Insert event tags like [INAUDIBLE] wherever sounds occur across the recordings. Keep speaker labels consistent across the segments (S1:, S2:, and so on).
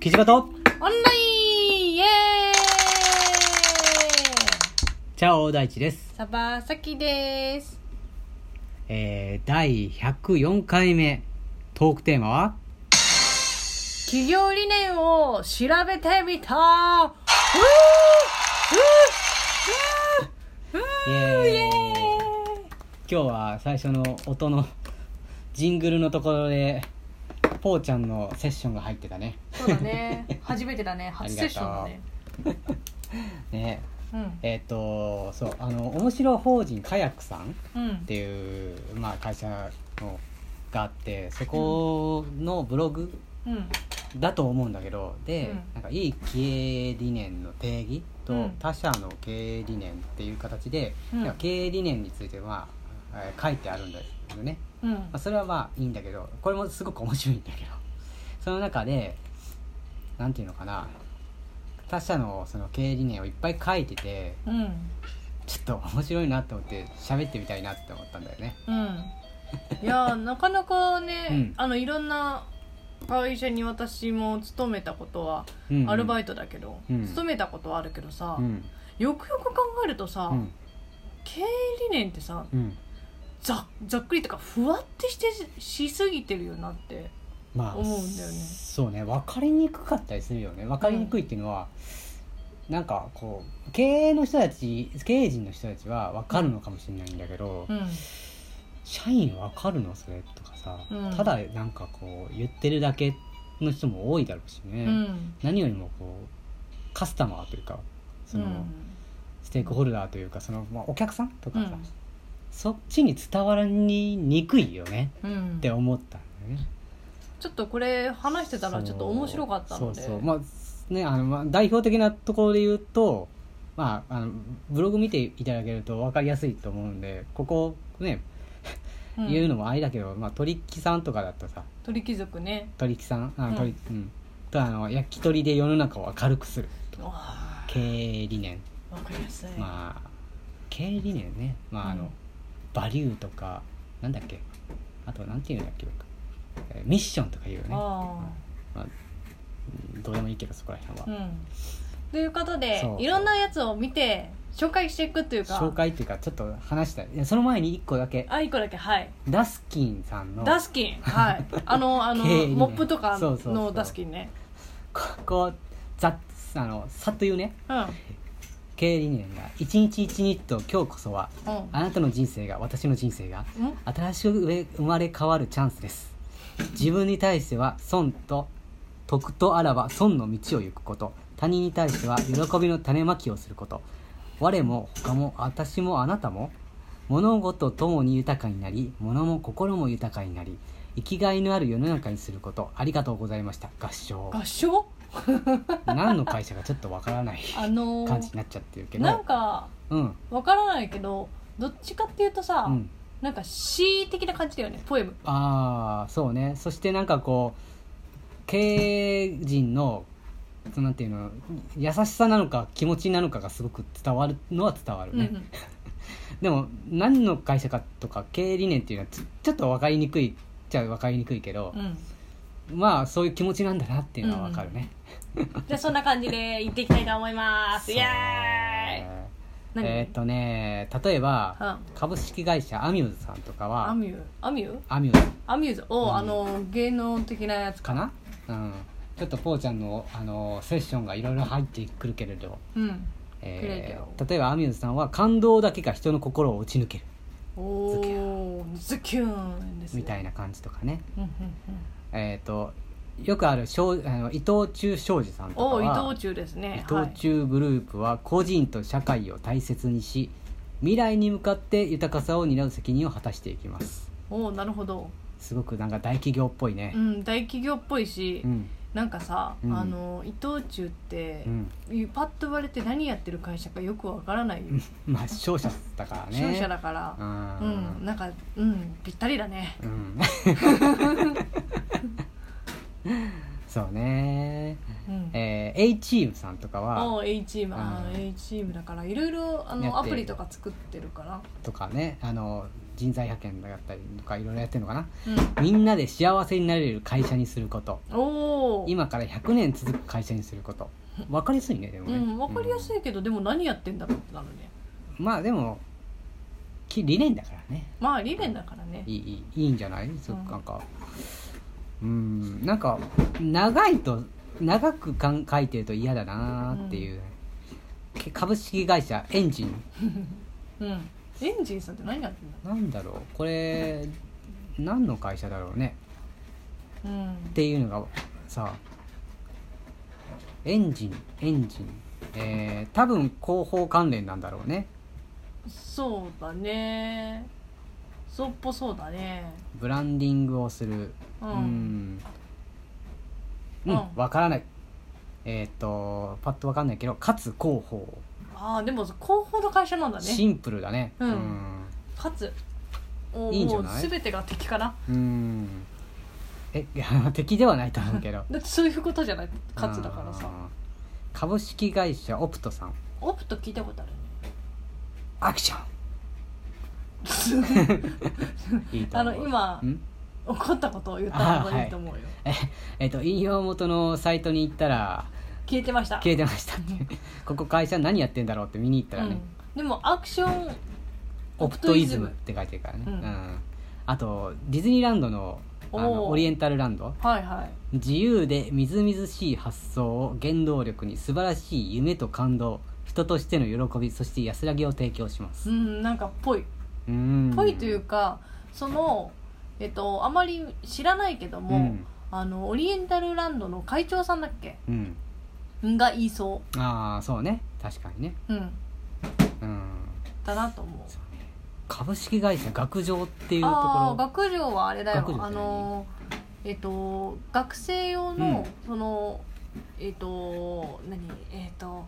S1: キジカと、
S2: オンラインイエーイ
S1: チャオ大地です。
S2: サバサキです。
S1: えー、第104回目、トークテーマは、
S2: 企業理念を調べてみたうーうーうーう
S1: イ
S2: ーイエ
S1: エーイ今日は最初の音の [LAUGHS] ジングルのところで、ポーちゃんのセッションが入ってたね。
S2: ーイそうだね。初めてだね。初セッションだね。
S1: ね
S2: うん。
S1: えっ、と、そう、あの、面白法人カヤックさん
S2: う
S1: っ
S2: ん。
S1: ていう、まあ、会社のがあって、そこのブログ
S2: うん。
S1: だと思うんだけどで、
S2: うん
S1: なんかいい経営理念の定義と、
S2: うん
S1: 他社の経営理念っていう形で、
S2: うん
S1: なんか経営理念については、えー書いてあるんだけどね、
S2: うん。
S1: まあ、それはまあいいんだけどこれもすごく面白いんだけど [LAUGHS] その中でなんていうのかな他社のその経営理念をいっぱい書いてて
S2: うん。
S1: ちょっと面白いなと思って喋ってみたいなって思ったんだよね。
S2: うん。いやー、なかなかね、
S1: うん
S2: あの、いろんな会社に私も勤めたことは、アルバイトだけど、
S1: うん
S2: 勤めたことはあるけどさ、
S1: トうん
S2: よくよく考えるとさ、
S1: うん
S2: 経営理念ってさ
S1: うん、
S2: ざざっくりとかふわってしてししすぎてるよなって
S1: まあ、
S2: 思うんだよね
S1: そうね分かりにくかったりするよね分かりにくいっていうのは、なんかこう経営の人たち経営陣の人たちは分かるのかもしれないんだけど、
S2: うん
S1: 社員分かるのそれとかさ、
S2: うん
S1: ただなんかこう言ってるだけの人も多いだろうしね、
S2: うん
S1: 何よりもこうカスタマーというかその、ステークホルダーというかその、まあ、お客さんとかさ、
S2: うん
S1: そっちに伝わりにくいよね
S2: うんうん
S1: って思ったんだよね。
S2: ちょっとこれ話してたらちょっと面白かったので
S1: そうそうまあねあの、まあ、代表的なところで言うとまああのブログ見ていただけると分かりやすいと思うんでここね、
S2: うん
S1: 言うのもありだけど、まあ、鳥木さんとかだとさ
S2: 鳥貴族ね
S1: 鳥木さんあ
S2: うん
S1: 鳥、うんとあの焼き鳥で世の中を明るくする
S2: わ
S1: 経営理念
S2: かりやすい、
S1: まあ経営理念ねまああの、
S2: うん
S1: バリューとかなんだっけあとなんていうんだっけえーミッションとか言うよね
S2: あ
S1: まあ、うんどうでもいいけどそこら辺は
S2: ー、うんということで
S1: そうそう
S2: いろんなやつを見て紹介していくというか
S1: 紹介っていうかちょっと話したいいやその前に1個だけ
S2: あいこだけはい
S1: ダスキンさんの
S2: ダ
S1: [LAUGHS]
S2: スキンはいあのあの
S1: 経営理念
S2: モップとか
S1: そうそうそ
S2: の
S1: う
S2: ダスキンね
S1: ここざあのさっと言うね経営理念が「一日一日と今日こそは
S2: うんうん
S1: あなたの人生が私の人生が
S2: うん
S1: 新しく上生まれ変わるチャンスです」「自分に対しては損と得とあらば損の道を行くこと」「他人に対しては喜びの種まきをすること」「我も他も私もあなたも」物事ともに豊かになり物も心も豊かになり生きがいのある世の中にすることありがとうございました合唱
S2: 合唱
S1: 何の会社かちょっとわからない
S2: あのー
S1: 感じになっちゃってるけど
S2: なんか
S1: うん
S2: わからないけどどっちかっていうとさ、
S1: うん
S2: なんか詩的な感じだよねポエム
S1: ああそうねそしてなんかこう経営陣のそのなんていうの優しさなのか気持ちなのかがすごく伝わるのは伝わる
S2: うんう
S1: ね、
S2: ん
S1: でも何の会社かとか経営理念っていうのはちちょっと分かりにくいっちゃ分かりにくいけど
S2: う、ん
S1: まあそういう気持ちなんだなっていうのは分かるね、
S2: じゃあそんな感じで行っていきたいと思いますイエーイ
S1: そう
S2: 何
S1: えーっとね例えば、
S2: う
S1: 株式会社アミューズさんとか
S2: ア
S1: は
S2: ミューアミュー
S1: アミューズ
S2: アミューズお、うあの芸能的なやつ
S1: かな、うん、ちょっとぽーちゃんのあのセッションがいろいろ入ってくるけれど、
S2: うん
S1: え
S2: くれ
S1: ー例えばアミューズさんは感動だけが人の心を打ち抜ける
S2: おおズキューンですね
S1: みたいな感じとかね、
S2: うんうんうん
S1: えー、とよくあるしょうあの伊藤忠商事さんとか
S2: お
S1: は
S2: ー伊藤忠ですね
S1: 伊藤忠グループは個人と社会を大切にし未来に向かって豊かさを担う責任を果たしていきます
S2: はい、おおなるほど、
S1: すごくなんか大企業っぽいね
S2: うん、大企業っぽいし、
S1: うん
S2: なんかさ、
S1: うん
S2: あの伊藤忠って
S1: う、ん、
S2: パッと言われて何やってる会社かよくわからないよ、
S1: まあ商社だからね
S2: 商社だから
S1: う
S2: うんん、なんかうんぴったりだね
S1: うん [LAUGHS] そうね、
S2: うん
S1: えー A チームさんとかは
S2: おう A チームあー
S1: うん
S2: A チームだからいろいろ
S1: や
S2: あの
S1: っ
S2: ア
S1: て
S2: プリとか作ってるから
S1: とかねあの人材派遣だったりとかいろいろやってるのかな
S2: うん
S1: みんなで幸せになれる会社にすること
S2: おお
S1: 今から100年続く会社にすること分かりやすいねでも
S2: う
S1: ね、
S2: ん、わかりやす
S1: い、
S2: いけど、でも何やってんだろうってなるね
S1: まあでもき理念だからね
S2: まあ理念だからね
S1: いいいいいいんじゃない、そう
S2: うん
S1: なんかうんなんか長いと長くかん書いてると嫌だなーっていう、け株式会社エンジン
S2: うんエンジンさんって何やってんだ
S1: なんだろうこれ何の会社だろうね
S2: ろううん
S1: っていうのがさエンジンエンジンえー、多分広報関連なんだろうね
S2: そうだねそうっぽそうだね
S1: ブランディングをする
S2: う、
S1: うんんう
S2: うん
S1: んわからないえーっとパッとわかんないけどかつ広報
S2: ああでも広報の会社なんだ
S1: シ
S2: ね
S1: ンプルだね
S2: うん
S1: うん
S2: かつお
S1: いいんじゃない
S2: もう全てが敵かな
S1: うんえいや [LAUGHS] 敵ではないと思うけ
S2: [LAUGHS]
S1: ど
S2: だってそういうことじゃないかつだからさ
S1: あー株式会社オプトさん
S2: オプト聞いたことある
S1: アクショ
S2: ね
S1: ン [LAUGHS] いいと
S2: あ
S1: 思う
S2: の今
S1: ん
S2: 怒ったことを言った方がいいと思うよ、
S1: ええっと引用元のサイトに行ったら
S2: 消えてました
S1: 消えてましたっていうここ会社何やってんだろうって見に行ったらね、
S2: うん、でもアクション
S1: オプトイズムって書いてるからね、
S2: うん
S1: あとディズニーランドのあの
S2: おー
S1: オリエンタルランド
S2: はいはい
S1: 自由でみずみずしい発想を原動力に素晴らしい夢と感動人としての喜びそして安らぎを提供します
S2: うんなんかぽい
S1: うん
S2: ぽいというかそのえっとあまり知らないけども、
S1: ん
S2: あのオリエンタルランドの会長さんだっけ
S1: うん
S2: が言いそ
S1: ああそうね確かにね
S2: う、うん、
S1: うん
S2: だなと思う
S1: そうね株式会社学上っていうとこ
S2: ああ
S1: ろ
S2: 学寮はあれだよ
S1: 学寮
S2: あ
S1: って何
S2: のえっと学生用の、そのえっと何えっと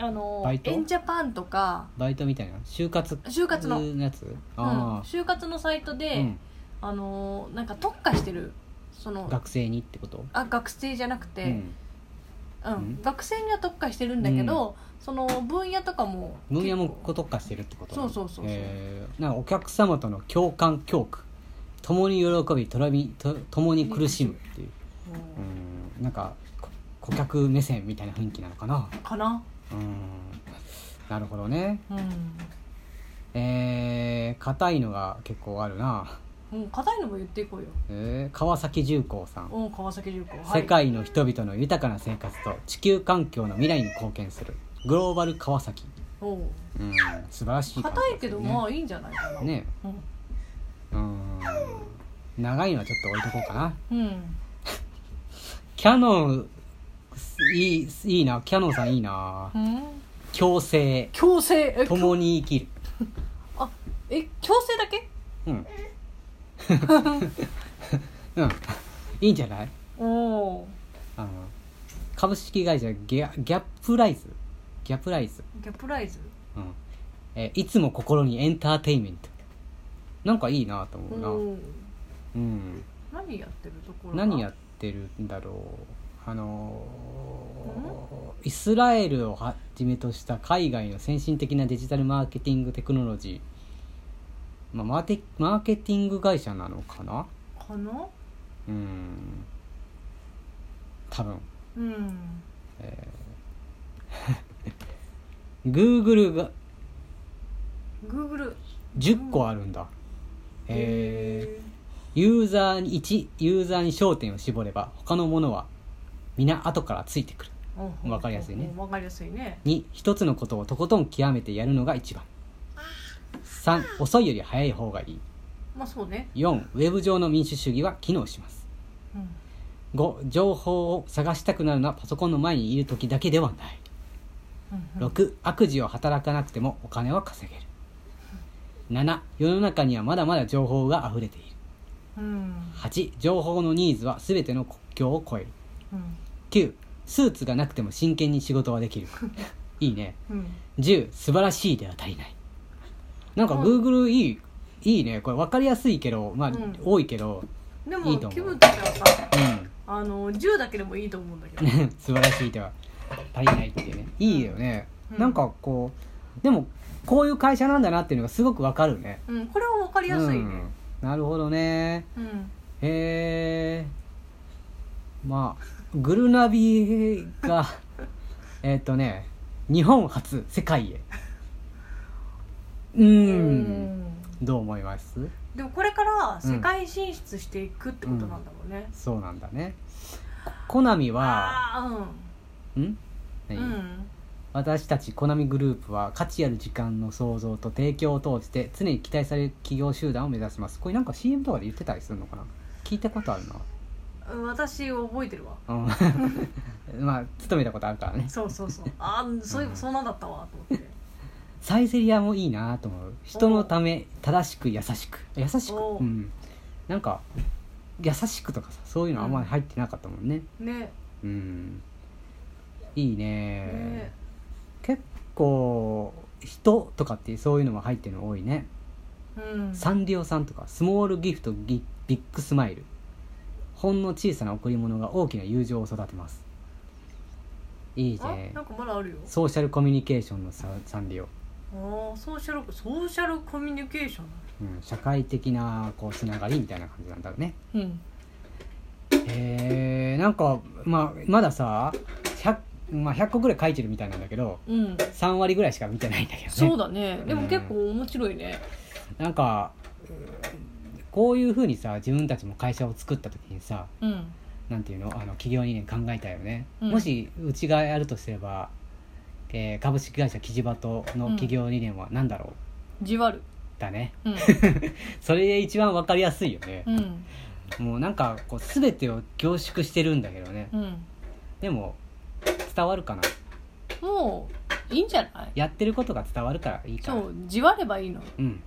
S2: あの
S1: バイト
S2: エンジャパンとか
S1: バイトみたいな就活
S2: 就活の、うん、
S1: やつあ
S2: 就活のサイト
S1: あ、
S2: で、
S1: うん、
S2: あのなんか特化してるその
S1: 学生にってこと
S2: あ学生じゃなくて、
S1: うん
S2: うん
S1: うん
S2: 学生には特化してるんだけど、その分野とかも
S1: 分野も
S2: 結構
S1: 特化してるってこと
S2: そうそうそうそう
S1: えーなんかお客様との共感教育共に喜びとらみと共に苦しむっていう
S2: うん
S1: うんなんかこ顧客目線みたいな雰囲気なのかな
S2: かな、
S1: うんなるほどね
S2: うん、
S1: えー、硬いのが結構あるな、
S2: もう硬いのも言っていこうよ
S1: えー川崎重工さん
S2: おう川崎重工はい
S1: 世界の人々の豊かな生活と地球環境の未来に貢献するグローバル川崎
S2: おう
S1: うん素晴らしい環境
S2: 硬い
S1: です
S2: け
S1: よ
S2: ど
S1: ね、
S2: まあいいんじゃないかな
S1: ねうん長いのはちょっと置いとこうかな
S2: うん、うん、
S1: キャノンいいいいなキャノンさんいいな
S2: うん
S1: 共生
S2: 強制え
S1: 共に生きる
S2: あえ強制だけ
S1: うん [LAUGHS] うんいいんじゃない
S2: おお
S1: あの株式会社ギャギャップライズギャップライズ、
S2: ギャップライズ
S1: うんえーいつも心にエンターテインメントなんかいいなと思うな、
S2: おう
S1: うん、
S2: 何やってるところが
S1: 何やってるんだろうあのーイスラエルをはじめとした海外の先進的なデジタルマーケティングテクノロジー、まあ、マーテマーケティング会社なのかな
S2: かな
S1: うん多分
S2: うん
S1: えー、Google が
S2: グーグル
S1: 10個あるんだ、えー
S2: え
S1: ユーザーに1ユーザーに焦点を絞れば他のものは皆後からついてくるわかりやすいね
S2: わかりやすいね
S1: 2一つのことをとことん極めてやるのが一番3遅いより早い方がいい
S2: まあそうね
S1: 4ウェブ上の民主主義は機能します
S2: うん
S1: 5情報を探したくなるのはパソコンの前にいる時だけではない
S2: うんうん
S1: 6悪事を働かなくてもお金は稼げる7世の中にはまだまだ情報が溢れている
S2: うん
S1: 8情報のニーズは全ての国境を越える
S2: うん
S1: 9スーツがなくても真剣に仕事はできるいいね
S2: うん
S1: 10素晴らしいでは足りないなんか Google いいいいねこれ分かりやすいけどまあ、
S2: うん
S1: 多いけど
S2: で
S1: いい
S2: も
S1: と思う
S2: 気分としてはさ
S1: う
S2: あの10だけでもいい
S1: [LAUGHS]
S2: と思うんだけど
S1: ん素晴らしいでは足りないっていうねいいよね、
S2: うん
S1: なんかこでもこういう会社なんだなっていうのがすごくわかるね
S2: うん、これは分かりやすい
S1: う
S2: ね
S1: ん、なるほどね
S2: うん、
S1: へえまあグルナビが [LAUGHS] えっとね日本初世界へう
S2: うん
S1: どう思います
S2: でもこれから世界進出していくってことなんだもんね、
S1: そうなんだねこコナミは
S2: ああ
S1: ん
S2: う
S1: 何、
S2: んうん
S1: 私たちコナミグループは価値ある時間の創造と提供を通じて常に期待される企業集団を目指しますこれなんか CM とかで言ってたりするのかな聞いたことある
S2: うん私覚えてるわ
S1: なうん [LAUGHS] まあ勤めたことあるからね
S2: そうそ
S1: [LAUGHS]
S2: うそうああそういえばそうなんだったわと思って
S1: サイゼリアもいいなと思う人のため正しく優しく優しく
S2: おう
S1: うんなんか優しくとかさそういうのあんまり入ってなかったもんね
S2: ね
S1: うん、いいね
S2: ね
S1: 結構人とかってそういうのも入ってるの多いね
S2: うん
S1: サンリオさんとかスモールギフトギビッグスマイルほんの小さな贈り物が大きな友情を育てますいい
S2: あ
S1: ね
S2: なんかまだあるよ
S1: ソーシャルコミュニケーションのササンリオ、
S2: ああソーシャルソーシャルコミュニケーション
S1: うん、社会的なこうつながりみたいな感じなんだろうね
S2: うん
S1: えー、なんか、まあ、まださ 100,、まあ、100個ぐらい書いてるみたいなんだけど
S2: うん
S1: 3割ぐらいしか見てないんだけどね
S2: そうだねで
S1: う
S2: も
S1: ん
S2: 結構面白いね
S1: なんかうんこういうふうにさ自分たちも会社を作った時にさ
S2: うん
S1: なんていうのあの企業理念考えたよね、
S2: うん
S1: もしうちがやるとすれば、えー株式会社キジバトの企業理念は何だろう、
S2: じわる
S1: だね [LAUGHS]
S2: うん
S1: それで一番わかりやすいよね、
S2: うん
S1: もうなんかこう全てを凝縮してるんだけどね
S2: うん
S1: でも伝わるかな
S2: もういいんじゃない
S1: やってることが伝わるからいいか
S2: そ
S1: ら
S2: うじわればいいの
S1: うん
S2: うん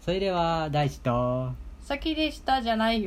S1: それでは大地と
S2: 先でしたじゃないよ